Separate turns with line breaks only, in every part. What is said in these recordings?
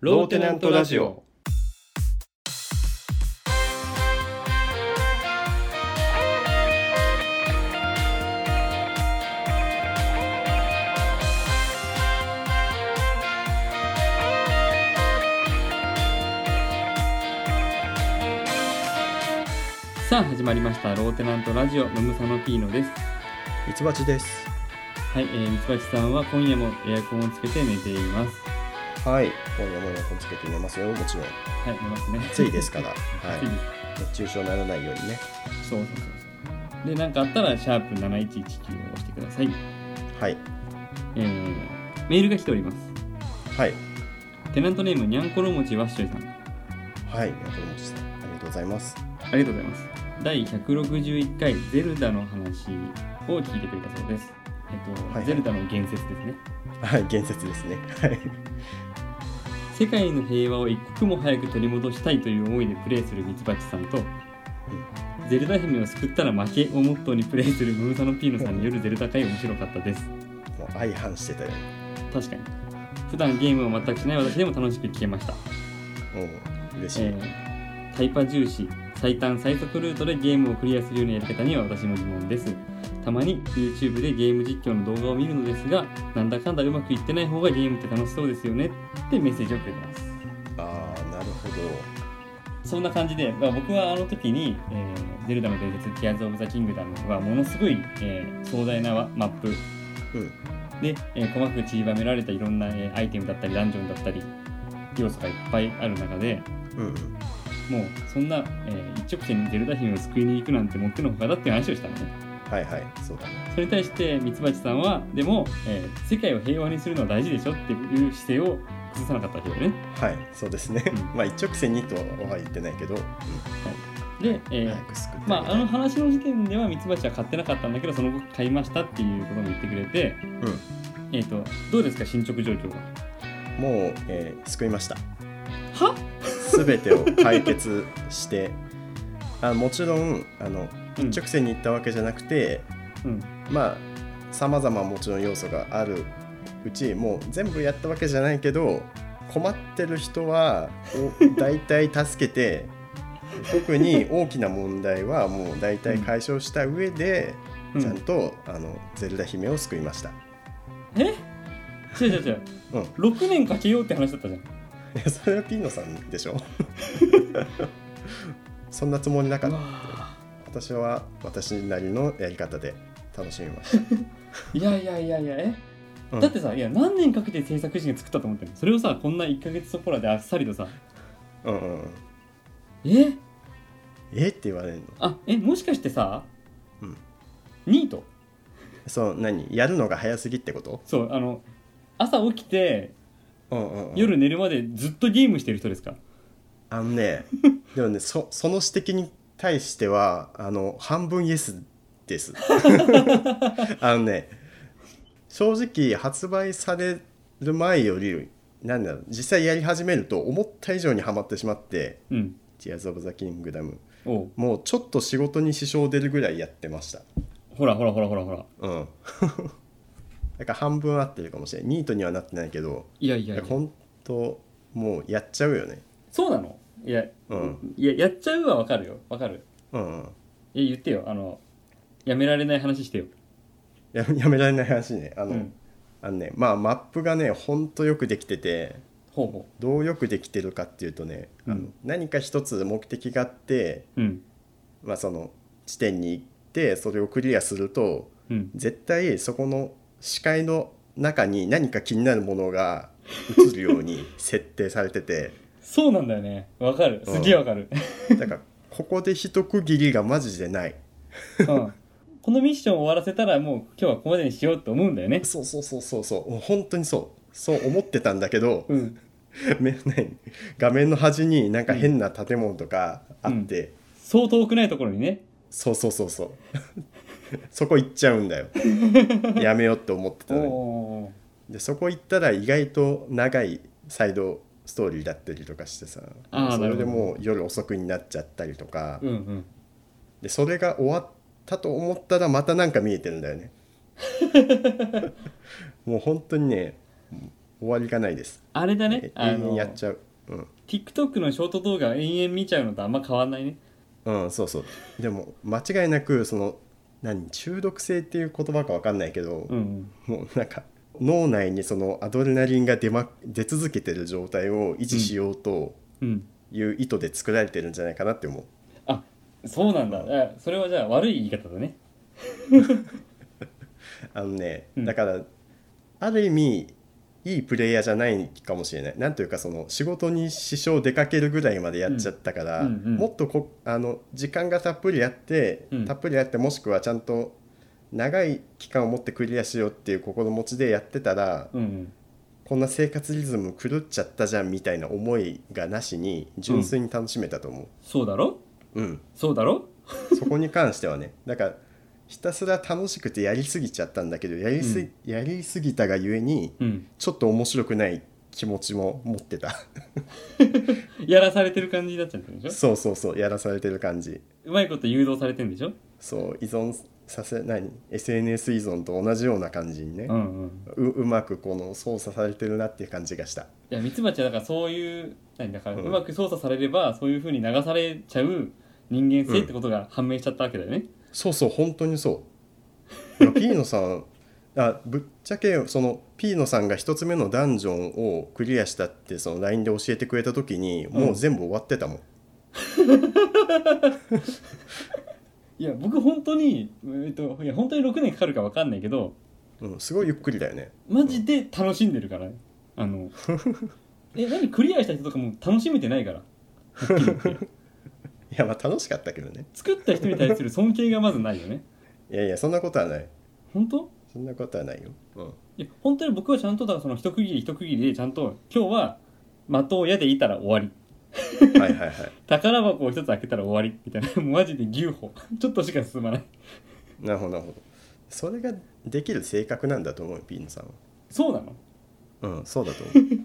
ローテナントラジオ。
さあ始まりましたローテナントラジオのむさのピーノです
ミツバチです。
はい、えー、三橋さんは今夜もエアコンをつけて寝ています
はい。今夜もエアコンつけて寝ますよ。もちろん。
はい寝ますね
暑いです から。
暑
はいい。熱中症にならないようにね。
ですそうそうそうそうで何かあったらシャープ7119を押してください
はい。
えー、メールが来ております
はい。
テナントネームにゃんころもちわっしょいさんあ
はい。ヤクルモチさん、ありがとうございます。
りがとうございます第161回ゼルダの話を聞いてくれたそうですえっと、
はいはい
ゼルダの言説ですね
はい。言説ですね。はい。
世界の平和を一刻も早く取り戻したいという思いでプレイするミツバチさんと、ゼルダ姫を救ったら負けをモットーにプレイするムーサノピーノさんによるゼルダ回面白かったです
もう相反してたよ。
確かに普段ゲームを全くしない私でも楽しく聞けました、
うん。嬉しい。
えータイパ重視最短最速ルートでゲームをクリアするようなやり方には私も疑問ですたまに YouTube でゲーム実況の動画を見るのですがなんだかんだうまくいってない方がゲームって楽しそうですよねってメッセージをくれてます
ああ、なるほど。
そんな感じで、まあ、僕はあの時に「えーゼルダの伝説ティアーズ・オブ・ザ・キングダム」はものすごい、えー壮大なわマップ
うん。
で、えー細かく散りばめられたいろんな、えーアイテムだったりダンジョンだったり要素がいっぱいある中で
うんうん。
もうそんな、えー一直線にゼルダ姫を救いに行くなんてもってのほかだっていう話をしたのね
はいはい。そうだね。
それに対してミツバチさんはでも、えー世界を平和にするのは大事でしょっていう姿勢を崩さなかったわけだよね
はい。そうですね。
うん
まあ、一直線にとは言ってないけど、うん
で、えー
早く救って
ま
あげ
あ、
た
あ
い
の話の時点ではミツバチは買ってなかったんだけどその後買いましたっていうことも言ってくれて、えっとどうですか進捗状況は
もう、えー救いました。
は
すべてを解決して、 あもちろん、あの、
うん
一直線に行ったわけじゃなくて、
うん
まあさまざまもちろん要素があるうちもう全部やったわけじゃないけど困ってる人はお 大体助けて特に大きな問題はもう大体解消した上で、
う
ちゃん
ん、
とあのゼルダ姫を救いました。
え違う違う違う、
うん
6年かけようって話だったじゃん
えそれはピーノさんでしょ そんなつもりなかった私は私なりのやり方で楽しみました。
いやいやいやいやえ、
うん
だってさいや何年かけて制作陣が作ったと思ってるのそれをさこんな1か月そこらであっさりとさ
うんうんうん、
え
えって言われるの
あえもしかしてさ、
うん
ニート
そう何やるのが早すぎってこと、
そうあの朝起きて
うんうんうん
夜寝るまでずっとゲームしてる人ですか
あのねでもねそその指摘に対してはあの半分イエスですあのね正直発売される前よりなんだろう実際やり始めると思った以上にハマってしまって
うん
「Tears of the Kingdom
おう」
もうちょっと仕事に支障出るぐらいやってました
ほらほらほらほらほら
うん だから半分合ってるかもしれないニートにはなってないけど
いやいやいや
本当もうやっちゃうよね
そうなのいや,、
うん
いややっちゃうはわかるよわかる
うんうん
いや言ってよあのやめられない話してよ
や やめられない話ねあの、
うん
あのねまあマップがねほんとよくできてて
ほうほ
どうよくできてるかっていうとね、あの
うん
何か一つ目的があって、
ううん
まあ、その地点に行ってそれをクリアすると
うん
絶対そこの視界の中に何か気になるものが映るように設定されてて
そうなんだよねわかる
うん
すげえわかる、
だからここで一区切りがマジでない
うん、このミッションを終わらせたらもう今日はここまでにしようと思うんだよね
そうそうそうそうそう本当にそうそう思ってたんだけど、
うん
め何画面の端になんか変な建物とかあって、
そう遠くないところにね
そうそうそうそうそこ行っちゃうんだよやめようって思ってた
お
のに
お
でそこ行ったら意外と長いサイドストーリーだったりとかしてさ
あー
それで
なるほ
もう夜遅くになっちゃったりとか、
ーうんうん
でそれが終わったと思ったら またなんか見えてるんだよねもう本当にね終わりがないです
あれだね
え
あ
永遠
の
やっちゃううん
TikTok のショート動画を延々見ちゃうのとあんま変わんないね
うんそうそうでも間違いなくその何中毒性っていう言葉か分かんないけど、
うんうん
もうなんか脳内にそのアドレナリンが出,、ま、出続けてる状態を維持しようと
うん
いう意図で作られてるんじゃないかなって思う、
あそうなんだあそれはじゃあ悪い言い方だね
あのね、
うん
だからある意味いいプレイヤーじゃないかもしれないなんというかその仕事に支障出かけるぐらいまでやっちゃったから、
うんうんうん
もっとこあの時間がたっぷりあって、
うん
たっぷりあってもしくはちゃんと長い期間を持ってクリアしようっていう心持ちでやってたら、
うんうん
こんな生活リズム狂っちゃったじゃんみたいな思いがなしに純粋に楽しめたと思
そうだろ
う、うん
そうだろ
そこに関してはねだからひたすら楽しくてやりすぎちゃったんだけどやりす,、
うん
やりすぎたがゆえに
うん
ちょっと面白くない気持ちも持ってた
やらされてる感じになっちゃってるでし
そうそうそうやらされてる感じ
ょうまいこと誘導されてるんでしょ
そう依存させ何 SNS 依存と同じような感じにね
う、んう
う
ん
うまくこの操作されてるなっていう感じがした
いやミツバチはだからそういう何だから
う
うんまく操作されればそういうふうに流されちゃう人間性ってことが判明しちゃったわけだよね、
そうそう本当に そういやピーノさんあぶっちゃけそのピーノさんが一つ目のダンジョンをクリアしたってその LINE で教えてくれた時にもう全部終わってたもん、
いや僕本当にえっといや本当に6年かかるかわかんないけど
うん、すごいゆっくりだよね
マジで楽しんでるからねあ のえ何クリアした人とかも楽しめてないからはっきり言って
いやまあ楽しかったけどね
作った人に対する尊敬がまずないよね
いやいやそんなことはない
本当
そんなことはないよ、うん、
いや本当に僕はちゃんとだからその一区切り一区切りでちゃんと今日は的を矢でいたら終わり
はいはいはい
宝箱を一つ開けたら終わりみたいなも うマジで牛歩ちょっとしか進まない
なるほどなるほどそれができる性格なんだと思うよピーノさん
そうなの
はうんそうだと思 う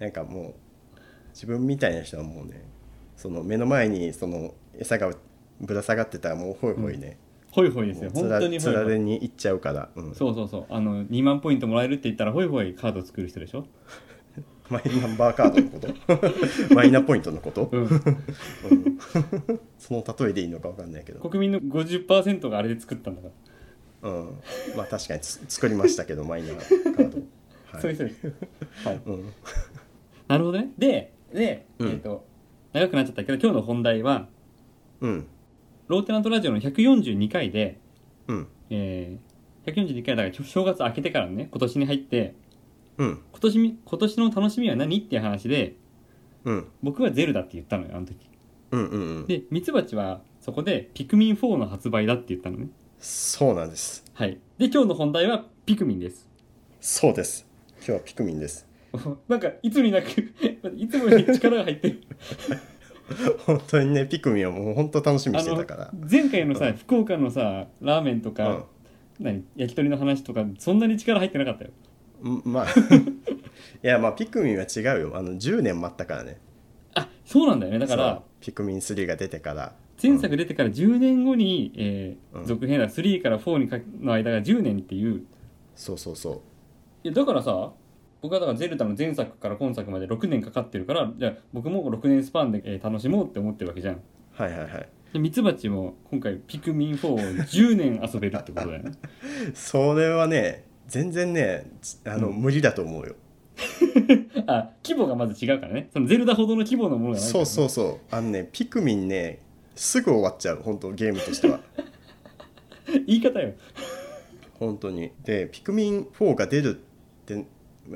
なんかもう自分みたいな人はもうねその目の前にその餌がぶら下がってたらもうほいほいね、
ホイホイです
も
よ
う
本
つら
当にホ
つ
イ
ら
ホ
れ
イ
に行っちゃうから、うん、
そうそうそうあの2万ポイントもらえるって言ったらホイホイカード作る人でしょ
マイナンバーカードのこと マイナポイントのこと、
うん
うん、その例えでいいのか分かんないけど、
国民の50%があれで作ったんだから、
うん、まあ確かにつ作りましたけどマイナカード
そう
はいいう
人ですはい、
うん
なるほどねでで、
うん
えっ、と長くなっちゃったけど今日の本題は
うん
ローテナントラジオの142回で、
うん
えー、142回だから正月明けてからね今年に入って
うん
今年み今年の楽しみは何っていう話で
うん
僕はゼルダって言ったのよあの時
うんうんうん
でミツバチはそこでピクミン4の発売だって言ったのね
そうなんです
はいで今日の本題はピクミンです
そうです今日はピクミンです
なんかいつになく いつもより力が入ってる
本当にねピクミンはもう本当楽しみにしてたから
あの前回のさ福岡のさラーメンとか、何焼き鳥の話とかそんなに力入ってなかったよ
うんんまあいやまあピクミンは違うよあの10年待ったからね
あそうなんだよねだか
そ
ら
うピクミン3が出てから
前作出てから10年後に、えー
うん
続編だ3から4にかの間が10年っていう
そうそうそう
いやだからさ僕はだからゼルダの前作から今作まで6年かかってるからじゃあ僕も6年スパンで、えー楽しもうって思ってるわけじゃん
はいはいはい
でミツバチも今回ピクミン4を10年遊べるってことだ よね
それはね全然ねつあの、
うん
無理だと思うよ
あ規模がまず違うからねそのゼルダほどの規模のものがないから、
そうそ
ね、
うそうあのねピクミンねすぐ終わっちゃう本当ゲームとしては
言い方よ
本当にでピクミン4が出るって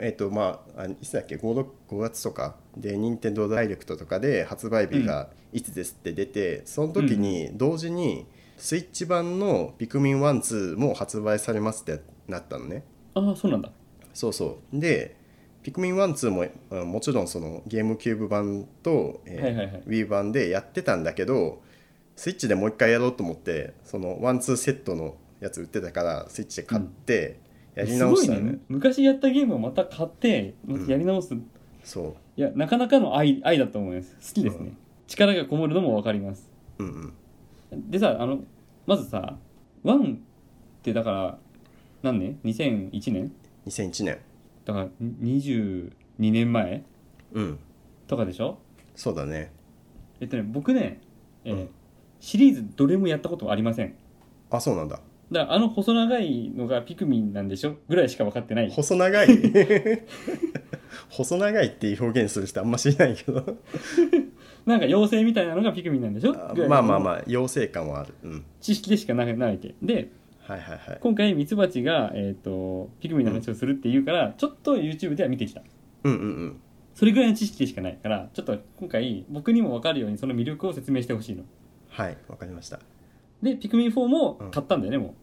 えっ、とまああのいつだっけ 5, 5月とかで任天堂ダイレクトとかで発売日がいつですって出て、その時に同時にスイッチ版のピクミン12も発売されますってなったのね
ああそうなんだ
そうそうでピクミン12もうんもちろんそのゲームキューブ版と、えー
はいはいはい
Wii 版でやってたんだけどスイッチでもう一回やろうと思ってその12セットのやつ売ってたからスイッチで買ってやり直した
す
の
ご
ね,、
いね昔やったゲームをまた買ってまたやり直す、い
そ
やなかなかの愛愛だと思います好きですね、
うん
力がこもるのも分かります
ううんうん
でさあのまずさ1ってだから何年 ?2001 年
2001年
だから22年前
うん
とかでしょ
そうだね
えっとね僕ね、えー
うん
シリーズどれもやったことはありません
あそうなんだ
だからあの細長いのがピクミンなんでしょぐらいしか分かってない
細長い 細長いっていう表現する人あんま知らないけど
なんか妖精みたいなのがピクミンなんでしょ
あ
ぐらいの
まあまあまあ妖精感はあるうん
知識でしかないないわけで
はいはいはい
今回ミツバチが、えー、とピクミンの話をするっていうから、ちょっと YouTube では見てきた
うんうんうん
それぐらいの知識でしかないからちょっと今回僕にも分かるようにその魅力を説明してほしいの
はいわかりました
でピクミン4も
うん
買ったんだよね、も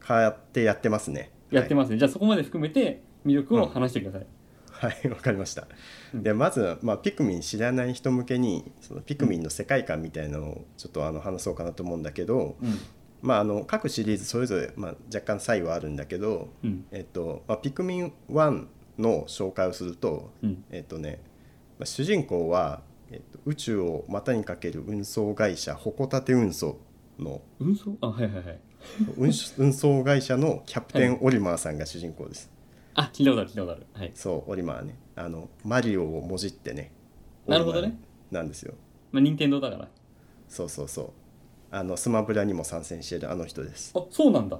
買ってやってますね
うやってますね、じゃあそこまで含めて魅力を話してください、
はいわかりました、
うん
でまず、まあ、ピクミン知らない人向けにそのピクミンの世界観みたいなのをちょっとあの話そうかなと思うんだけど、
うん
まあ、あの各シリーズそれぞれ、まあ、若干差異はあるんだけど、
うん
えっとまあ、ピクミン1の紹介をすると、
うん
えっとねまあ主人公は、えっと、宇宙を股にかける運送会社ホコタテ運送 の
運送あはいはいはい
運運送会社のキャプテン・オリマーさんが主人公です。
あ聞いたことある聞いたことあるはい
そうオリマーねあのマリオをもじってね
なるほどね
オリマーなんですよ
まあ任天堂だから
そうそうそうあのスマブラにも参戦してるあの人です
あそうなんだ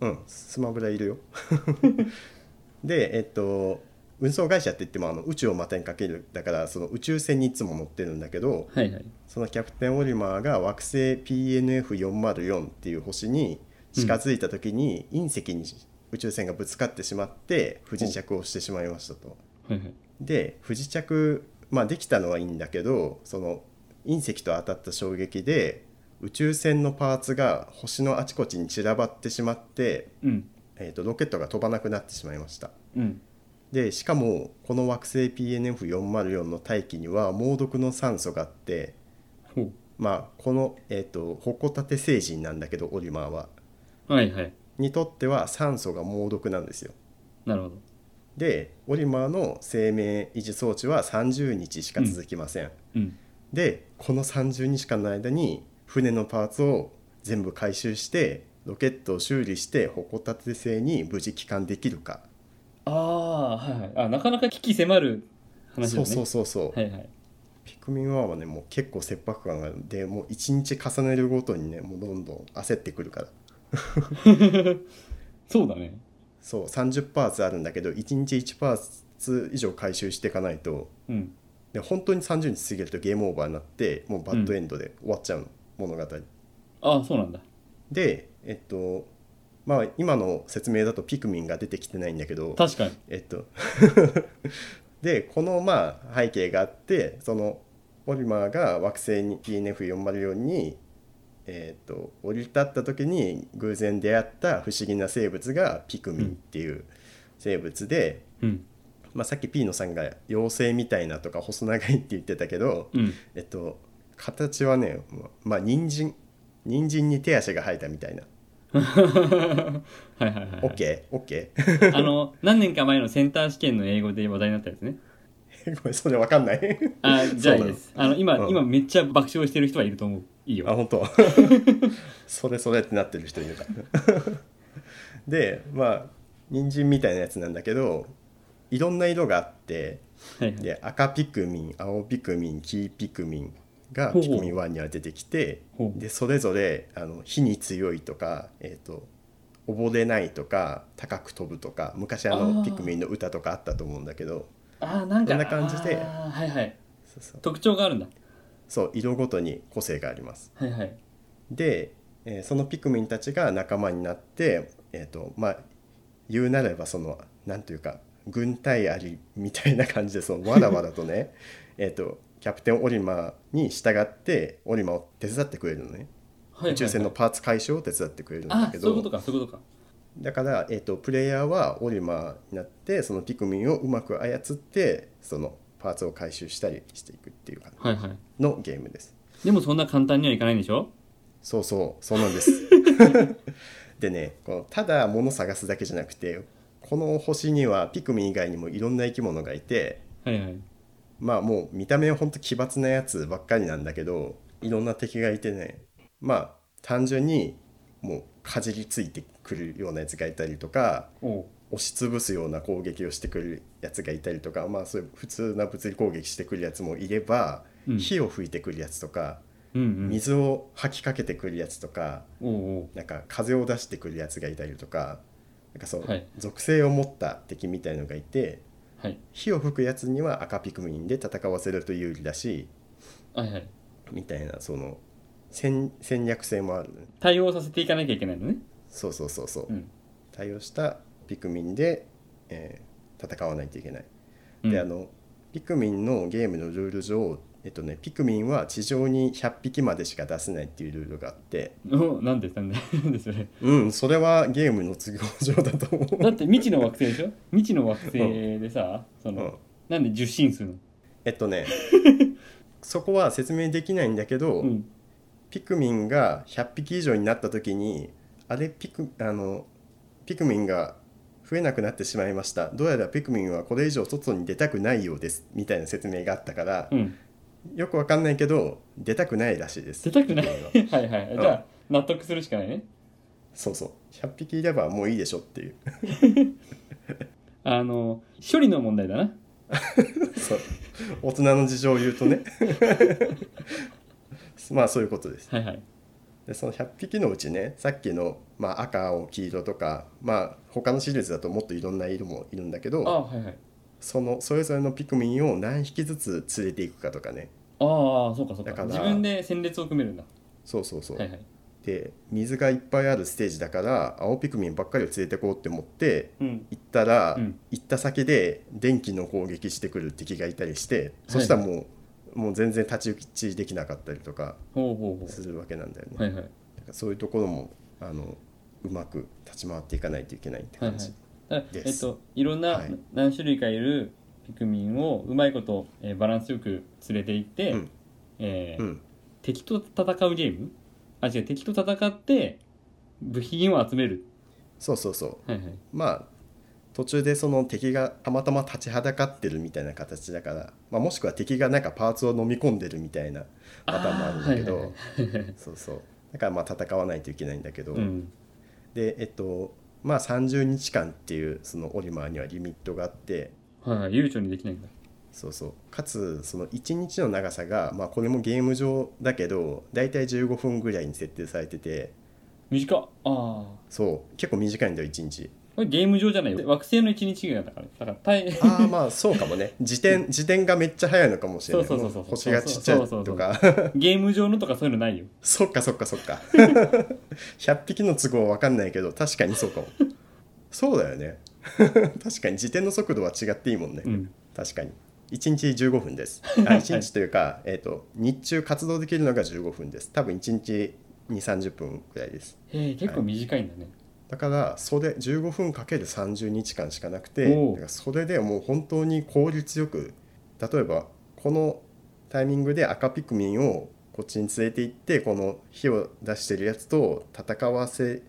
うんスマブラいるよ でえっと運送会社って言ってもあの宇宙を股にかけるだからその宇宙船にいつも乗ってるんだけど
はいはい
そのキャプテン・オリマーが惑星 PNF404 っていう星に近づいた時に隕石に宇宙船がぶつかってしまって不時着をしてしまいましたと。
はいはい
で不時着、まあ、できたのはいいんだけどその隕石と当たった衝撃で宇宙船のパーツが星のあちこちに散らばってしまって、
うん
えー、とロケットが飛ばなくなってしまいました
うん
でしかもこの惑星 PNF404 の大気には猛毒の酸素があって
ほ
まあこの、えー、とホコタテ星人なんだけどオリマーは
うはいはい
にとっては酸素が猛毒なんですよ
なるほど
でオリマーの生命維持装置は30日しか続きません
うん
でこの30日間の間に船のパーツを全部回収してロケットを修理してホコタテ星に無事帰還できるか、
ああはいはいあなかなか危機迫る話だ
そ
ね
うそうそうそう、
はいはい
ピクミン1はねもう結構切迫感があるんでもう1日重ねるごとにねもうどんどん焦ってくるから
そうだね
そう30パーツあるんだけど1日1パーツ以上回収していかないと
うん
で本当に30日過ぎるとゲームオーバーになってもうバッドエンドで終わっちゃうの、物語
ああそうなんだ
でえっとまあ今の説明だとピクミンが出てきてないんだけど
確かに
えっと でこのまあ背景があってそのオリマーが惑星に PNF404 に、えっと降り立った時に偶然出会った不思議な生物がピクミンっていう生物で、
うん
まあ、さっき P のさんが妖精みたいなとか細長いって言ってたけど、
うん
えっと形はねまあ人参人参に手足が生えたみたいな
はいはいはい、はい、
オッケーオッケー
あの何年か前のセンター試験の英語で話題になったやつね
ごめんそれわかん ない
あじゃあい
そう
い
なの
ですあの今、
うん
今めっちゃ爆笑してる人はいると思ういい
あ
よ
本当 それそれってなってる人いるから でまあ人参みたいなやつなんだけどいろんな色があって
はいはい
で赤ピクミン青ピクミン黄ピクミンが
ほうほ
ピ
う
クミン1には出てきて
ほう
でそれぞれあの火に強いとか、えー、と溺れないとか高く飛ぶとか昔あ
あ
の
ー
ピクミンの歌とかあったと思うんだけど
あなんか
こんな感じで
あーはいはい
そうそう
特徴があるんだ
そう色ごとに個性があります。
はいはい
で、えーそのピクミンたちが仲間になって、えーとまあ、言うなればそのなんというか軍隊ありみたいな感じでそのわらわらとね えーとキャプテンオリマーに従ってオリマーを手伝ってくれるのね
はいはい
宇宙船のパーツ回収を手伝ってくれるんだ
あ
け
そういうこ
ど
とかそういうことか
だから、えー、とプレイヤーはオリマーになってそのピクミンをうまく操ってそのパーツを回収したりしていくっていう感
はいはい
じのゲームです。
でもそんな簡単にはいかないんでしょ
そうそうそうなんです でねこのただ物探すだけじゃなくてこの星にはピクミン以外にもいろんな生き物がいて
はいはい
まあもう見た目はほんと奇抜なやつばっかりなんだけどいろんな敵がいてねまあ単純にもうかじりついてくるようなやつがいたりとか
おう
押し潰すような攻撃をしてくるやつがいたりとか、まあ、そういう普通な物理攻撃してくるやつもいれば、
うん
火を吹いてくるやつとか
うんうん
水を吐きかけてくるやつとか、
おうおう
なんか風を出してくるやつがいたりとかなんかそう、
はい
属性を持った敵みたいのがいて
はい
火を吹くやつには赤ピクミンで戦わせると有利だし
はいはい
みたいなその戦戦略性もある
対応させていかなきゃいけないのね
そうそうそうそう、
うん
対応したピクミンで、えー戦わないといけない。
うん
であのピクミンのゲームのルール上、えっとね、ピクミンは地上に100匹までしか出せないっていうルールがあって
おなんでなんでなんでそれ
うんそれはゲームの都合上だと思 う。
だって未知の惑星でしょ未知の惑星でさ、その
うん
なんで受信するの
えっと ねそこは説明できないんだけど、
うん
ピクミンが100匹以上になった時にあれピクあのピクミンが増えなくなってしまいましたどうやらピクミンはこれ以上外に出たくないようですみたいな説明があったから、
うん
よくわかんないけど出たくないらしいです
出たくない
ピ
は
クミンはい
はいじゃあ納得するしかないね
そうそう100匹いればもういいでしょっていう
あの処理の問題だな
そう大人の事情を言うと ねまあそういうことです
はいはい
でその100匹のうちねさっきの、まあ、赤青黄色とかまあ他のシリーズだともっといろんな色もいるんだけ
あ
ど
あはいはい
そのそれぞれのピクミンを何匹ずつ連れていくかとかね
ああそうかそうか
だから
自分で戦列を組めるんだ
そうそうそう、
はいはい
で水がいっぱいあるステージだから青ピクミンばっかりを連れてこうって思って
うん
行ったら、
うん
行った先で電気の攻撃してくる敵がいたりしてそしたらもう,、もう全然立ち打ちできなかったりとか
ほうほうほ
するわけなんだよね、
うはいは
だ
い
からそういうところもあのうまく立ち回っていかないといけないって
はいは
感
い
じ。
だから
で
えっ
す
といろんな
はい
何種類かいるピクミンをうまいこと、えーバランスよく連れて行って、
うん
えー
うん、
敵と戦うゲームあ違う敵と戦って部品を集める
そうそうそう
はいはい
まあ途中でその敵がたまたま立ちはだかってるみたいな形だから、まあ、もしくは敵がなんかパーツを飲み込んでるみたいなパターンもあるんだけど、
あーはい
そうそうだからまあ戦わないといけないんだけど、
うん
でえっとまあ30日間っていうそのオリマーにはリミットがあって
はいはい悠長にできないんだ
そうそうかつその1日の長さが、まあ、これもゲーム上だけどだいたい15分ぐらいに設定されてて
短っああ
そう結構短いんだよ1日。
これゲーム上じゃないよ惑星の一日がだからだから 大変
ああまあそうかも ね自転自転がめっちゃ速いのかもしれない
そうそうそうそう
星がちっちゃい
そうそ
と
うそ
か
ゲーム上のとかそういうのないよ
そっかそっかそっか 100匹の都合は分かんないけど確かにそうかもそうだよね 確かに自転の速度は違っていいもんね、
うん
確かに1日15分 ですあ1日というか、えー、と日中活動できるのが15分です多分1日2 3 0分くらいです
へえ結構短いんだね、
だからそれ15分かける30日間しかなくて
おう
だからそれでもう本当に効率よく例えばこのタイミングで赤ピクミンをこっちに連れて行ってこの火を出してるやつと戦わせ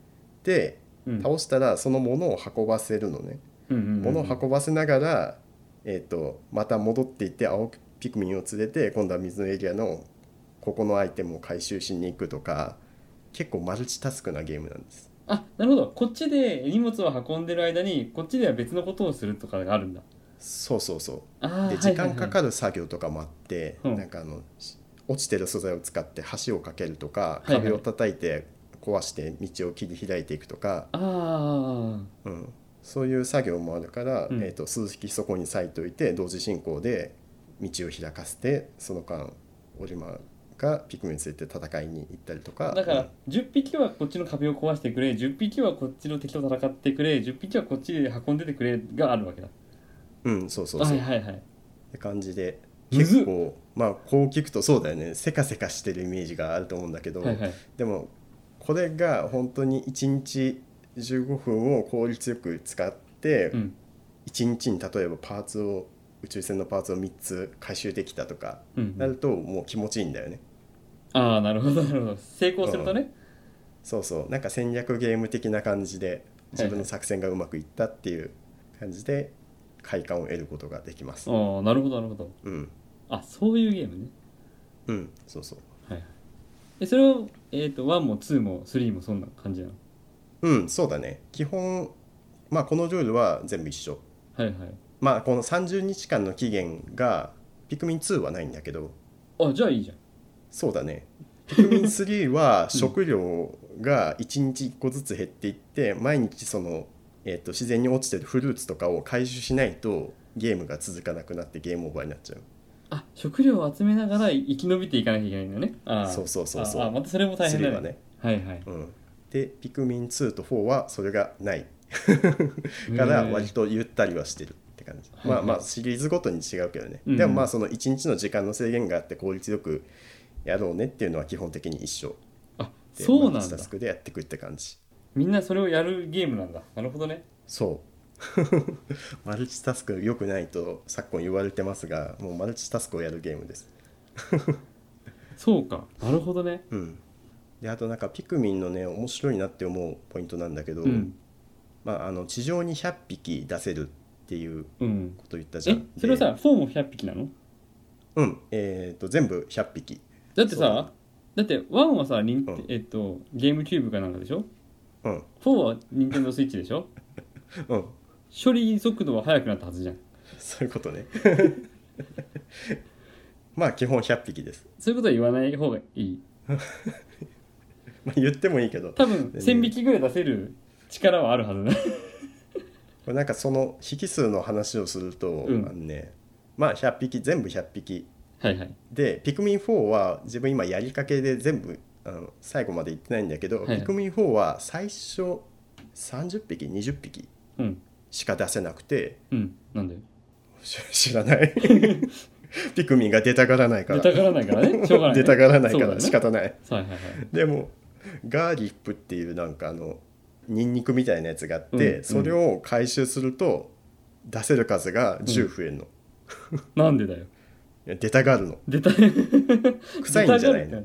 て
うん、
倒したらそのものを運ばせるのね、
うんうんうん
物を運ばせながら、えー、とまた戻っていって青ピクミンを連れて今度は水のエリアのここのアイテムを回収しに行くとか結構マルチタスクなゲームなんです。
あなるほどこっちで荷物を運んでる間にこっちでは別のことをするとかがあるんだ
そうそうそう
ああ
で時間かかる作業とかもあって、
うん
なんかあのし落ちてる素材を使って橋を架けるとか
はいはい
壁を叩いて壊して道を切り開いていくとか、
ああ
うん、そういう作業もあるから、
うん
えー、と数匹そこに割いといて同時進行で道を開かせてその間オリマーがピクミンに連れて戦いに行ったりとか
だか
うん
ら10匹はこっちの壁を壊してくれ10匹はこっちの敵と戦ってくれ10匹はこっちで運んでてくれがあるわけだ
うん、そうそうそう、
はい
っ
はいはい
て感じで
むずっ
結構まあこう聞くとそうだよねせかせかしてるイメージがあると思うんだけど。
はいはい
でもこれが本当に1日15分を効率よく使って、
うん
一1日に例えばパーツを宇宙船のパーツを3つ回収できたとか
うんう
なんるともう気持ちいいんだよね。
ああなるほどなるほど成功するとね
そうそうなんか戦略ゲーム的な感じで自分の作戦がうまくいったっていう感じで快感を得ることができます。
ああなるほどなるほど
うん、
あそういうゲームね
うん、そうそう。
はいはいえそれを、えー、と1も2も3もそんな感じなの
うん、そうだね。基本まあこのルールは全部一緒
はいはい
まあこの30日間の期限がピクミン2はないんだけど
あじゃあいいじゃん
そうだねピクミン3は食料が1日1個ずつ減っていって毎日その、えっと自然に落ちてるフルーツとかを回収しないとゲームが続かなくなってゲームオーバーになっちゃう
あ食料を集めながら生き延びていかなきゃいけないんだねあー
そうそうそうそう
ああまたそれも大変だ
3
ね
はね、
はいはい
うん、でピクミン2と4はそれがないから割とゆったりはしてるって感じ、
はい
まあまあシリーズごとに違うけどね、
うん
でもまあその1日の時間の制限があって効率よくやろうねっていうのは基本的に一緒
あ
で
そう
マル
なん
チ
だ
タスクでやっていくって感じ
みんなそれをやるゲームなんだなるほどね
そう マルチタスク良くないと昨今言われてますがもうマルチタスクをやるゲームです
そうかなるほどね
うんであとなんかピクミンのね面白いなって思うポイントなんだけど、
うん
まあ、あの地上に100匹出せるっていう
うん
こと言ったじゃ
え
ん
それは
で
さ4も100匹なの
うんえっ、と全部100匹
だって
そうだね
さだって1はさ、ニン
うん
えっと、ゲームキューブかなんかでしょ
うん
4はニンテンドースイッチ でしょ
うん
処理速度は速くなったはずじゃん
そういうことね まあ基本100匹です、
そういうことは言わない方がいい
まあ、言ってもいいけど
多分1000匹ぐらい出せる力はあるは ずだ
これなんかその匹数の話をすると、
ん
あのねまあ100匹全部100匹
はいはい
でピクミン4は自分今やりかけで全部あの最後まで行ってないんだけど、
はいはい
ピクミン4は最初30匹20匹
うん
しか出せなくて
うんなんだよ
し知らない ピクミンが出たがらないから
出たがらないからねしょうがない、ね、
出たがらないか
そうだ
ら
ね
仕方ない
はいはいはい
でもガーリップっていうなんかあのニンニクみたいなやつがあって、
うん
それを回収すると出せる数が10増えるの、い
なんでだよ
や出たがるの
出た
臭いんじゃない
出
の、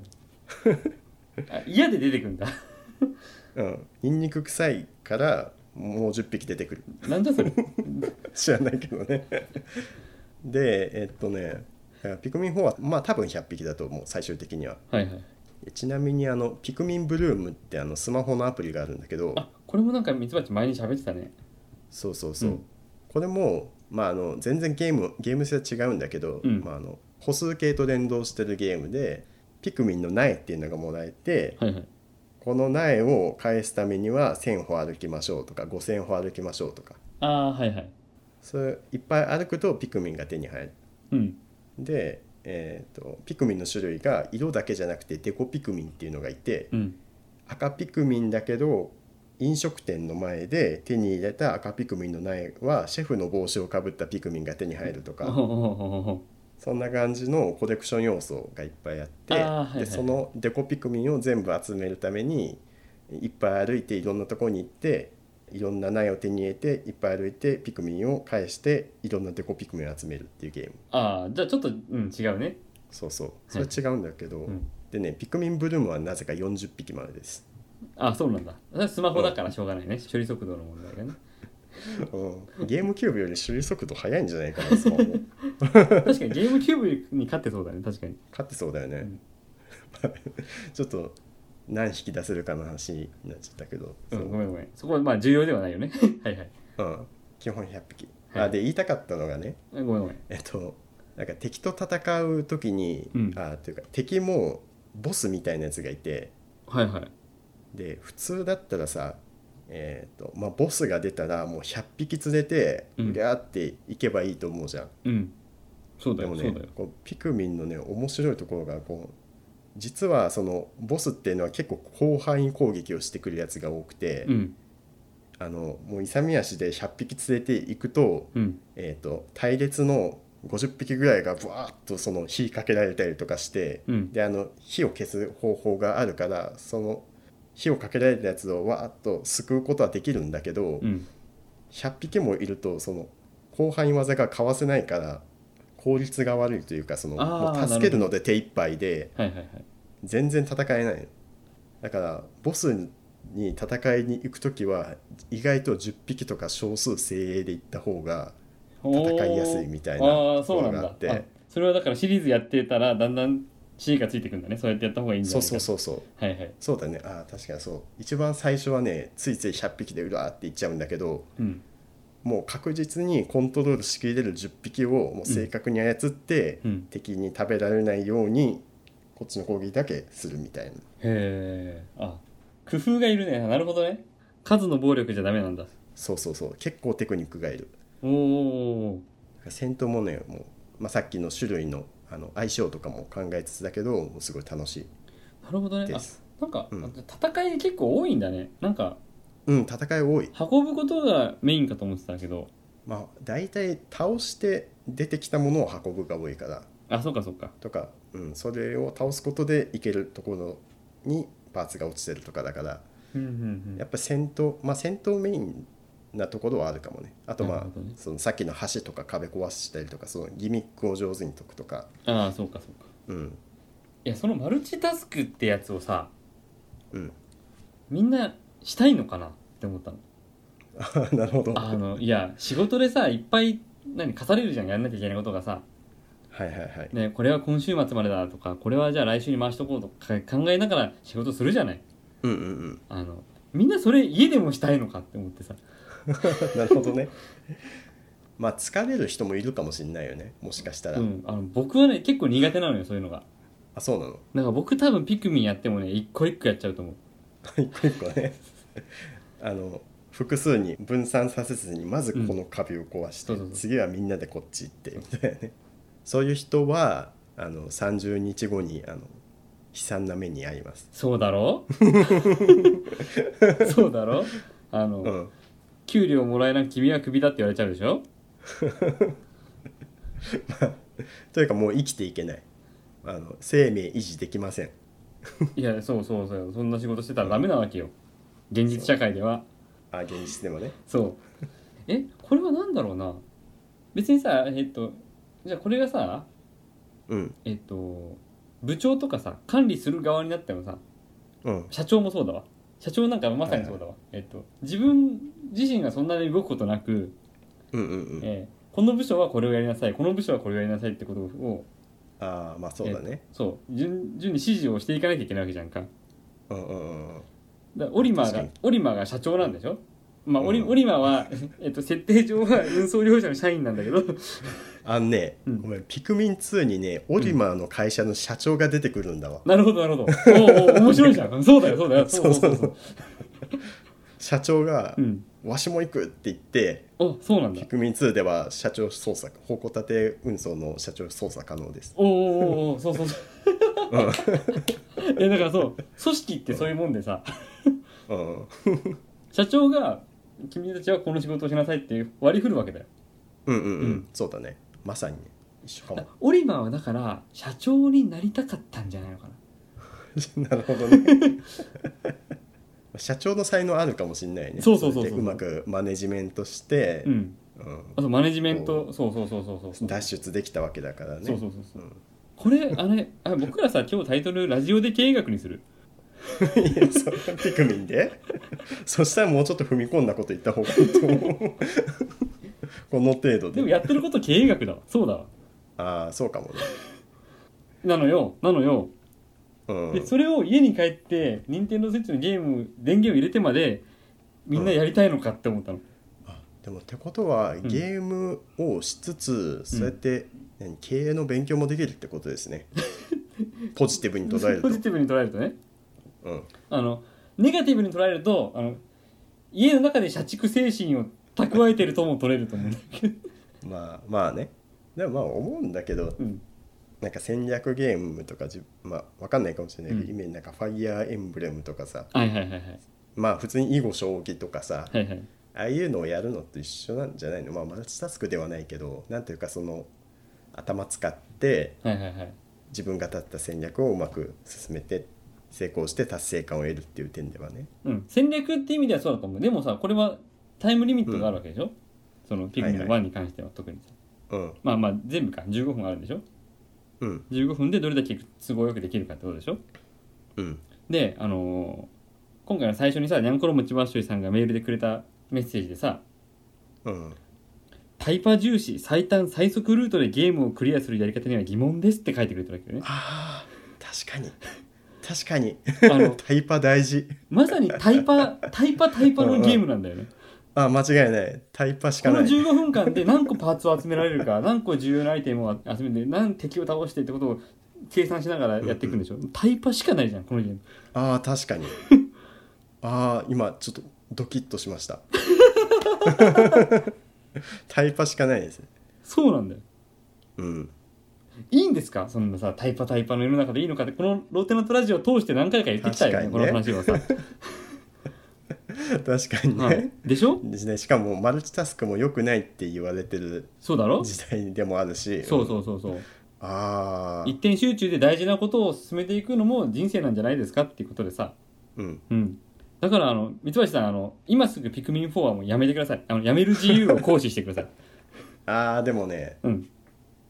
たがるあ嫌で出てくんだ
うん、ニンニク臭いからもう10匹出てくる
なんだそれ
知らないけどねでえっとねピクミン4はまあ多分100匹だと思う最終的には
はいはい
ちなみにあのピクミンブルームってあのスマホのアプリがあるんだけど
あこれもなんかミツバチ前に喋ってたね
そうそうそう、
うん
これも、まあ、あの全然ゲームゲーム性は違うんだけど、
うん
まあ、あの歩数計と連動してるゲームでピクミンの苗っていうのがもらえて
はいはい
この苗を返すためには1,000歩歩きましょうとか5,000歩歩きましょうとか
ああはいはい
そういういっぱい歩くとピクミンが手に入る。
うん
で、えー、とピクミンの種類が色だけじゃなくてデコピクミンっていうのがいて
うん
赤ピクミンだけど飲食店の前で手に入れた赤ピクミンの苗はシェフの帽子をかぶったピクミンが手に入ると
ほ
か
ほほほほほ
そんな感じのコレクション要素がいっぱいあって
あーはいはい
でそのデコピクミンを全部集めるためにいっぱい歩いていろんなところに行っていろんな苗を手に入れていっぱい歩いてピクミンを返していろんなデコピクミンを集めるっていうゲーム
ああじゃあちょっとうん違うね
そうそうそれ違うんだけど、
うん
でねピクミンブルームはなぜか40匹までです。
あそうなんだそれはスマホだからしょうがないね処理速度の問題がね
うんゲームキューブより処理速度速いんじゃないかなスマホ
確かにゲームキューブに勝ってそうだね確かに
勝ってそうだよね、
うん
ちょっと何匹出せるかの話になっちゃったけど、
う
そ
んご
う
めんごめんそこはまあ重要ではないよね はいはい
うん基本100匹、
はい
あで言いたかったのがね
ごめんごめん
えっとなんか敵と戦う時に、
うん
あというか敵もボスみたいなやつがいて
はいはい
で普通だったらさえっとまあ、ボスが出たらもう100匹連れて
うん
うりゃーっていけばいいと思うじゃん、
うんそうだ
で
よ、
も
そう
ね
だよ
こうピクミンのね面白いところがこう実はそのボスっていうのは結構広範囲攻撃をしてくるやつが多くて、
うん
あのもう勇み足で100匹連れていくと,、
うん
えー、と隊列の50匹ぐらいがブワーッとその火かけられたりとかして、
うん
であの火を消す方法があるからその火をかけられたやつをわーっと救うことはできるんだけど、
うん
100匹もいるとその後半技がかわせないから効率が悪いというかその
あー
もう助けるので手一杯で
はいはいはい
全然戦えないだからボスに戦いに行く時は意外と10匹とか少数精鋭で行った方が戦いやすいみたいな
おーあーそうなん
ところが
だ
あって
あそれはだからシリーズやってたらだんだん C がついてくんだねそうやってやった方がいいんじゃ
そ
な
う
いか
そうそうそう
はいはい
そうだねあー確かにそう一番最初はねついつい100匹でうわーっていっちゃうんだけど
うん
もう確実にコントロールしきれる10匹をもう正確に操って、
うん
敵に食べられないようにこっちの攻撃だけするみたいな
へえあ工夫がいるねあなるほどね数の暴力じゃダメなんだ
そうそうそう結構テクニックがいる
おお
戦闘もねもう、まあ、さっきの種類のあの相性とかも考えつつだけどもうすごい楽し
なるほど
い
ね
で
あ
す
なんか、
うん
戦い結構多いんだねなんか
うん戦い多い
運ぶことがメインかと思ってたけど
まあ大体倒して出てきたものを運ぶが多いから
あそうかそうか
とか、うん、それを倒すことでいけるところにパーツが落ちてるとかだから
うんうんう
やっ
ん
ぱ戦闘まあ戦闘メインなところはあるかもねあとま
な
あ
る、ほどね
そのさっきの橋とか壁壊したりとかそのギミックを上手に解くとか
ああそうかそうか
うん
いやそのマルチタスクってやつをさ
うん
みんなしたいのかなって思ったの
あなるほどは
あのいや仕事でさいっぱい何課されるじゃんやんなきゃいけないことがさ、
いはいはい
ね、これは今週末までだとかこれはじゃあ来週に回しとこうとか考えながら仕事するじゃない
うんうんうん
あのみんなそれ家でもしたいのかって思ってさ
なるほどねまあ疲れる人もいるかもしれないよねもしかしたら、
うん、あの僕はね結構苦手なのよそういうのが
あそうなの
なんか僕多分ピクミンやってもね一個一個やっちゃうと思う
一個一個ねあの複数に分散させずにまずこの壁を壊して、
うんそうそうそう
次はみんなでこっち行ってみたいなねそういう人はあの30日後にあの悲惨な目に遭います
そう だろそうだろあの、
うん
給料もらえなく君はクビだって言われちゃうでしょ
というかもう生きていけないあの生命維持できません
いやそうそうそうそんな仕事してたらダメなわけよ現実社会では
あ現実でもね
そうえこれは何だろうな別にさえっとじゃあこれがさ
うん
えっと部長とかさ管理する側になってもさ
うん
社長もそうだわ社長なんかまさにそうだわ、えっと、自分自身がそんなに動くことなく、
うんうんうん
えーこの部署はこれをやりなさいこの部署はこれをやりなさいってことを
ああまあそうだね
そう順順に指示をしていかなきゃいけないわけじゃんか
うんうんうんうん
だオリマー
確
が
かに
オリマーが社長なんでしょまあ、オリ
うん
オリマーは、えっと、設定上は運送業者の社員なんだけど
あのね、
うん
ごめんピクミン2にねオリマーの会社の社長が出てくるんだわ、
なるほどなるほどおうおう面白いじゃんそうだよそうだよそうそうそう
そう社長が
う、ん
わしも行く」って言って
おそうなんだ
ピクミン2では社長捜査方向立て運送の社長捜査可能です、
おうおうおうおうそうそうそう
うん
いやだからそう組織ってそういうもんでさ
うん
社長が君たちはこの仕事をしなさいって割り振るわけだよ
うんうんう
うんん
そうだねまさにね一緒かも
オリマーはだから社長になりたかったんじゃないのかな
なるほどね 社長の才能あるかもしれないね
そうそうそうそう
れでうまくマネジメントして、
うん
うん
あとマネジメントそうそうそうそうそうそう
脱出できたわけだからね
そうそうそうそう
うん
これあれあ僕らさ今日タイトルラジオで経営学にする
いやそれはピクミンで そしたらもうちょっと踏み込んだこと言った方がいいと思うこの程度
で
で
もやってること経営学だわそうだわ
ああそうかもね、
なのよなのよ、
うん、
でそれを家に帰って任天堂スイッチのゲーム電源を入れてまでみんなやりたいのかって思ったの、
あでもってことはゲームをしつつ、そうやって何経営の勉強もできるってことです ねポジティブに捉えると
ポジティブに捉えるとね
うん、
あのネガティブに捉えるとあの家の中で社畜精神を蓄えてるとも取れると思うんだけど、
まあまあねでもまあ思うんだけど
うん、
なんか戦略ゲームとかじまあわかんないかもしれないけど、
うん
イメージなんかファイヤーエンブレムとかさ
はいはいはいはい
まあ普通に囲碁将棋とかさ
はいはい
ああいうのをやるのと一緒なんじゃないのまあマルチタスクではないけどなんていうかその頭使って
はいはいはい
自分が立った戦略をうまく進めて成功して達成感を得るっていう点ではね
うん、戦略って意味ではそうだと思うでもさこれはタイムリミットがあるわけでしょ、そのピクミ
は
ンの
いは
1に関しては特にさ、
うん
まあまあ全部か15分あるでしょ
うん
15分でどれだけ都合よくできるかってことでしょ
うん
であのー今回の最初にさニャンコロもちばっしょいさんがメールでくれたメッセージでさ
うん
タイパ重視最短最速ルートでゲームをクリアするやり方には疑問ですって書いてくれてるわけよね
あ確かに確かに
あの
タイパ大事
まさにタイパタイパタイパのゲームなんだ よね
あ間違いないタイパし
こ
か
の
ない
15分間で何個パーツを集められるか何個重要なアイテムを集めて何敵を倒してってことを計算しながらやっていくんでしょタイパしかないじゃんこのゲーム
ああ確かにああ今ちょっとドキッとしました タイパしかないですね
そうなんだよ
うん
いいんですかそんなさタイパタイパの世の中でいいのかってこのローテナントラジオを通して何回か言ってきたよねこの
確か
話はさ、
確かにね、
はい、でしょ
ですねしかもマルチタスクも良くないって言われてる
そうだろ
時代でもあるし
そうそうそうそう
ああ
一点集中で大事なことを進めていくのも人生なんじゃないですかっていうことでさ
うん
うんだからあの三橋さんあの今すぐピクミン4はもうやめてくださいあのやめる自由を行使してください
ああでもね
うん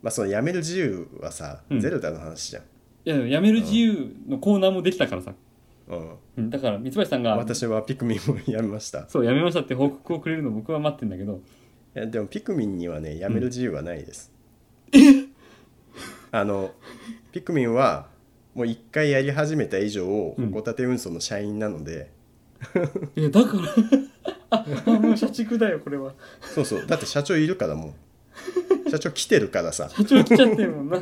まあそのやめる自由はさ、
うん
ゼルダの話じゃん、
いやでもやめる自由のコーナーもできたからさ、
うん、
うん、だから三橋さんが
私はピクミンもやめました
そうやめましたって報告をくれるの僕は待ってんだけ ど
いやでもピクミンにはねやめる自由はないです、あのピクミンはもう一回やり始めた以上ホ
うん
タテ運送の社員なので、
いやだからああもう社畜だよこれは
そうそうだって社長いるから もう社長来てるからさ
社長来ちゃってるもんな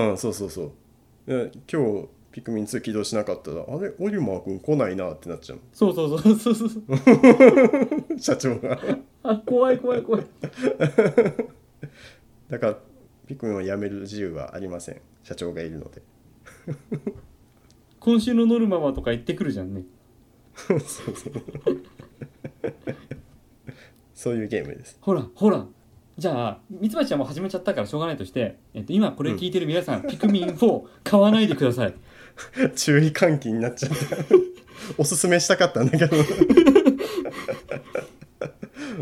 あ
うんそうそうそううん今日ピクミン2起動しなかったらあれオリマー君来ないなってなっちゃう
そうそうそうそうそうそう
社長が
あ怖い怖い怖い
だからピクミンを辞める自由はありません社長がいるので
今週のノルマはとか言ってくるじゃんね
そうそうそういうゲームです
ほらほらじゃあ三橋ちゃんも始めちゃったからしょうがないとして、えっと、今これ聞いてる皆さん、ピクミン4買わないでください
注意喚起になっちゃった おすすめしたかったんだけど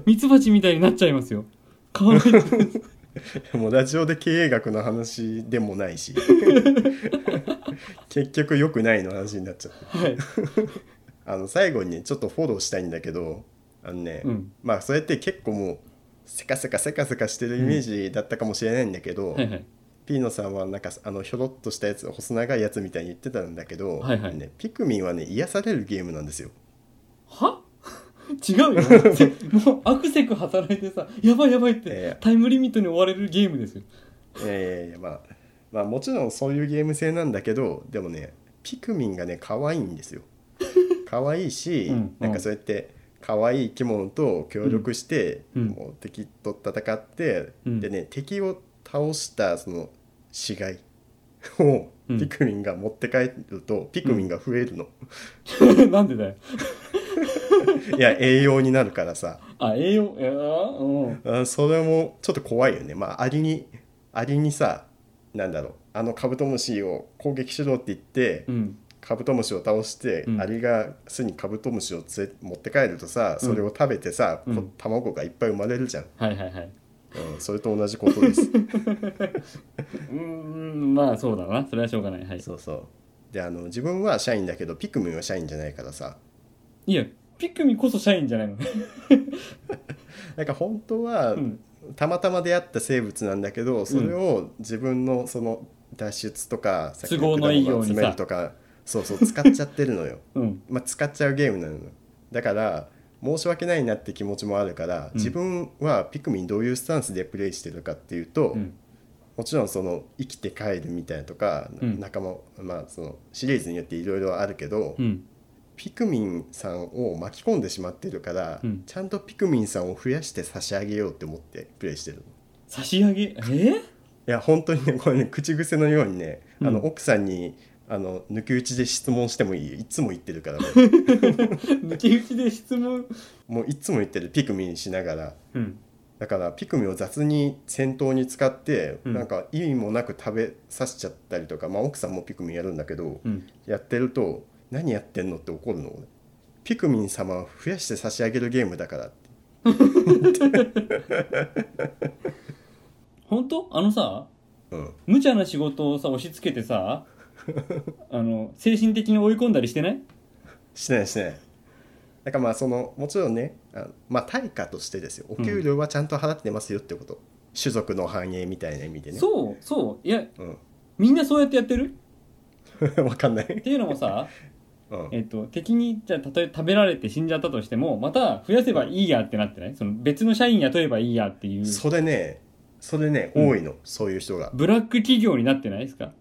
ミツバチみたいになっちゃいますよ買わ ないでください
もうラジオで経営学の話でもないし 結局良くないの話になっちゃった
はい
あの最後にねちょっとフォローしたいんだけどあのね、
うん
まあそれって結構もうせかせかせかせかしてるイメージだったかもしれないんだけど、
はいはい
ピーノさんはなんかあのひょろっとしたやつ細長いやつみたいに言ってたんだけど、
はいはい
ね、ピクミンはね癒されるゲームなんですよ。
は違うよもうアクセク働いてさやばいやばいって、
ええ
タイムリミットに追われるゲームですよ
えーまあ、まあもちろんそういうゲーム性なんだけどでもねピクミンがね可愛いんです よ可愛いし、
うん
なん
うん
かそうやって可愛い生き物と協力して、
うん
もう敵と戦って、
うん
でね敵を倒したその死骸を
うん
ピクミンが持って帰ると、ピクミンが増えるの、
なんでだよ
いや栄養になるからさ
あ栄養いやーうん
あそれもちょっと怖いよねまあアリにアリにさなんだろうあのカブトムシを攻撃しろって言って、
うん
カブトムシを倒して、
うん
アリが巣にカブトムシをつれ持って帰るとさそれを食べてさ、
うん
こ卵がいっぱい生まれるじゃん、
はいはいはい
うん、それと同じことです
うーんまあそうだ なそれはしょうがないはい
そうそうであの自分は社員だけどピクミンは社員じゃないからさ
いやピクミンこそ社員じゃないの
なんか本当は、
うん
たまたま出会った生物なんだけどそれを自分のその脱出とか、さっき
都合のいいよう
果物を集
にさ
めるとかそうそう使っちゃってるの よ
うん
まあ、使っちゃうゲームなのだから申し訳ないなって気持ちもあるから、
うん
自分はピクミンどういうスタンスでプレイしてるかっていうと、
うん
もちろんその生きて帰るみたいなとか、
うん
仲間まあそのシリーズによっていろいろあるけど、
うん
ピクミンさんを巻き込んでしまってるから、
うん
ちゃんとピクミンさんを増やして差し上げようって思ってプレイしてるの
差し上げえー、
いや本当にねこれね口癖のようにね、あ
う
の奥さんにあの抜き打ちで質問してもいいいつも言ってるから、ね、
抜き打ちで質問
もういつも言ってるピクミンしながら。
うん
だからピクミンを雑に戦闘に使って、
うん
なんか意味もなく食べさせちゃったりとか、まあ、奥さんもピクミンやるんだけど、
うん
やってると「何やってんの?」って怒るの俺ピクミン様を増やして差し上げるゲームだからって
本当あのさ
うん
無茶な仕事をさ押し付けて さあの精神的に追い込んだりしてない
してないしてないだからまあそのもちろんねあまあ対価としてですよお給料はちゃんと払ってますよってこと、種族の繁栄みたいな意味でね
そうそういや
うん
みんなそうやってやってる
わかん な
っ
い、
ていうのもさ、
うん、
えっと、敵にじゃあたとえ食べられて死んじゃったとしてもまた増やせばいいやってなってないその別の社員雇えばいいやっていう
それねそれね、
うん
多いのそういう人が
ブラック企業になってないですか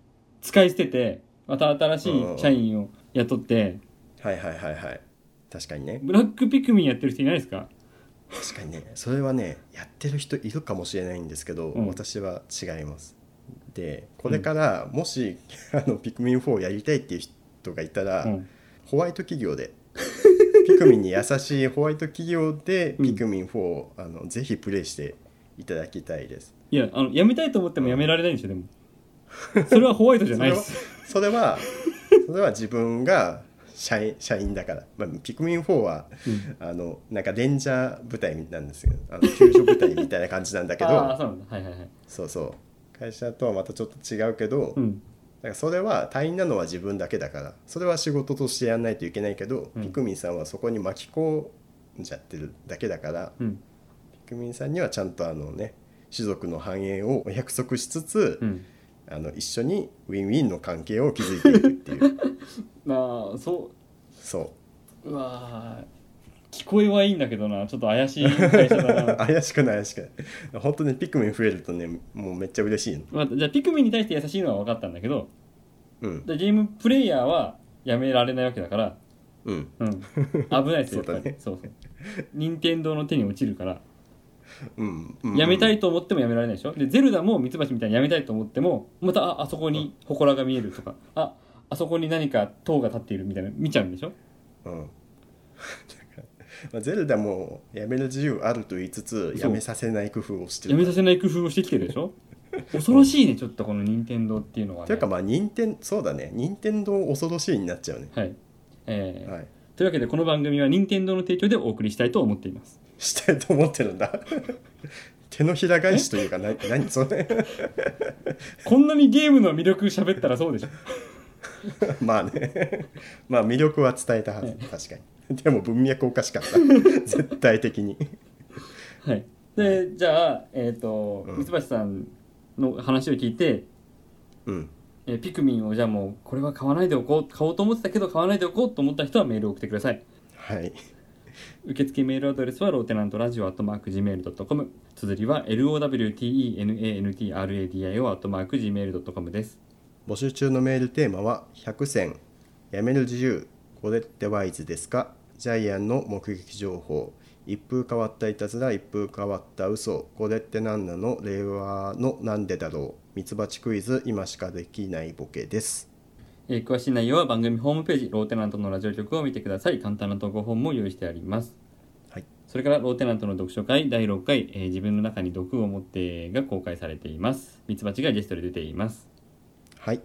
使い捨ててまた新しい社員を雇って
はいはいはいはい確かにね
ブラックピクミンやってる人いないですか
確かにねそれはねやってる人いるかもしれないんですけど、
うん
私は違いますでこれからもし、あのピクミン4をやりたいっていう人がいたら、
うん
ホワイト企業で ピクミンに優しいホワイト企業でピクミン4を、あのぜひプレイしていただきたいです
いやあの辞めたいと思っても辞められないんですよでもそれはホワイトじゃ
そ
ない
れ
で
は
す
それはそれは自分が社員社員だから、まあ、ピクミン4は、あのなんかレンジャー部隊なんですよあの救助部隊みたいな感じなんだけ
あ
ど
あそうなんだはいはいはい
そうそう会社とはまたちょっと違うけど、
うん
だからそれは隊員なのは自分だけだからそれは仕事としてやんないといけないけど、
うん
ピクミンさんはそこに巻き込んじゃってるだけだから
うん
ピクミンさんにはちゃんとあのね種族の繁栄をお約束しつつ、
うん
あの一緒にウィンウィンの関係を築いていくっていう
まあそ
そう
ううわー聞こえはいいんだけどなちょっと怪しい会社だ な
怪しくない怪しくない本当にピクミン増えるとねもうめっちゃ嬉しいの
まあ、じゃあピクミンに対して優しいのは分かったんだけど
うん
でゲームプレイヤーはやめられないわけだから、
うん
うん、 危ないですよ
そうだね
やっぱりそうそう任天堂の手に落ちるから
うん、うん、
やめたいと思ってもやめられないでしょでゼルダもミツバチみたいにやめたいと思ってもまたああそこに祠が見えるとかああそこに何か塔が立っているみたいな見ちゃうんでしょ
うんだ からまあゼルダもやめる自由あると言いつつ
そ
や
う
めさせない工夫をしてる
やめ
っ
させない工夫をしてきてるでしょ恐ろしいねちょっとこの任天堂っていうのは、ね、
ていうかまあ任天そうだね任天堂恐ろしいになっちゃうね
はいえー
はい
というわけでこの番組は任天堂の提供でお送りしたいと思っています
したいと思ってるんだ 手のひら返しというかな何それ
こんなにゲームの魅力喋ったらそうでしょ
まあねまあ魅力は伝えたはず確かにでも文脈おかしかった絶対的に
はい、でじゃあ、えーと
うん
三橋さんの話を聞いて、
うん
えーピクミンをじゃあもうこれは買わないでおこう買おうと思ってたけど買わないでおこうと思った人はメールを送ってください
はい
受付メールアドレスはローテナントラジオアットマーク Gmail.com 綴りは LOWTENANTRADIO アットマーク Gmail.com です
募集中のメールテーマは100選やめる自由これってワイズですかジャイアンの目撃情報一風変わったいたずら一風変わった嘘これって何なの令和のなんでだろうミツバチクイズ今しかできないボケです
えー詳しい内容は番組ホームページローテナントのラジオ局を見てください簡単な投稿フォームも用意してあります、
はい、
それからローテナントの読書会第6回、えー自分の中に毒を持って」が公開されていますミツバチがゲストで出ています
はい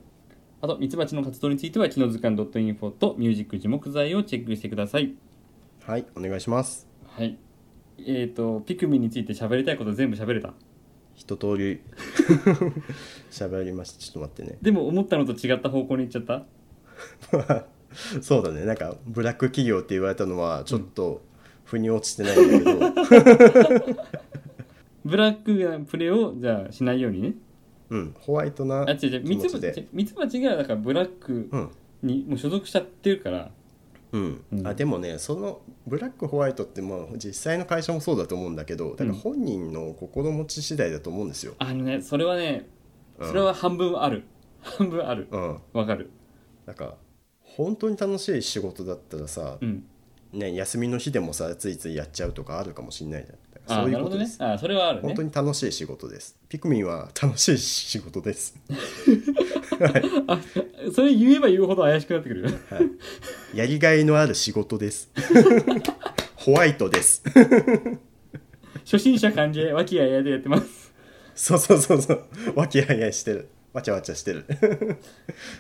あとミツバチの活動については機能図鑑 .info とミュージック字幕材をチェックしてください
はいお願いします
はいえっ、とピクミンについて喋りたいこと全部喋れた
一通り 喋りましたちょっと待ってね
でも思ったのと違った方向に行っちゃった
そうだねなんかブラック企業って言われたのはちょっと腑に落ちてないんだけど、
ブラックなプレーをじゃあしないようにね
うんホワイトな
あ違う違う
気
ミ
持
ツ
ち
バ
で
チミツバチがだからブラック
うん
にもう所属しちゃってるから
うん
うん
あでもねそのブラックホワイトってもう実際の会社もそうだと思うんだけどだから本人の心持ち次第だと思うんですよ。
あのねそれはね
うん
それは半分ある、半分ある
うん、
わかる
なんか本当に楽しい仕事だったらさ
う、ん
ね、休みの日でもさついついやっちゃうとかあるかもしれないじゃんだからそ
あ
う
ー
いう
な
こ
るほ
と
ど
で
ね
す。
あーそれはある
本
ね
当に楽しい仕事です。ピクミンは楽しい仕事です。
あそれ言えば言うほど怪しくなってくる
はい、 やりがいのある仕事です。 ホワイトです。
初心者歓迎和気あいあいでやってます
そうそうそうそう。わきあいあいしてる。わちゃわちゃしてる。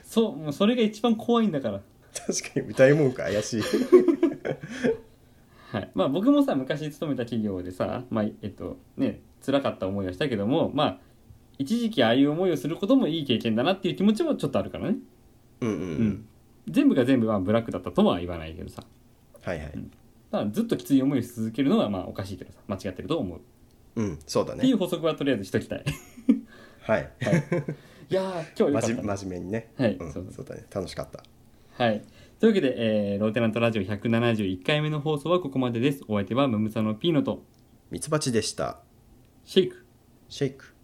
そうもうそれが一番怖いんだから
確かに歌い文句怪しい。
はいまあ僕もさ昔勤めた企業でさまあえっとね辛かった思いをしたけどもまあ一時期ああいう思いをすることもいい経験だなっていう気持ちもちょっとあるからね
うんうん
う
うん。
全部が全部はブラックだったとは言わないけどさ
はいはい。
ただずっときつい思いをし続けるのはまあおかしいけどさ間違ってると思う、
うん、そうだ
ってい
ね。
う補足はとりあえずしときたい
はい。
いやー今日は良か
真
った
面
な
真面目にね、
はい、
うん、
そ
そううだね楽しかった
はい。というわけで、えーローテナントラジオ171回目の放送はここまでです。お相手はムムサのピーノと
ミツバチでした
シェイク。
シェイク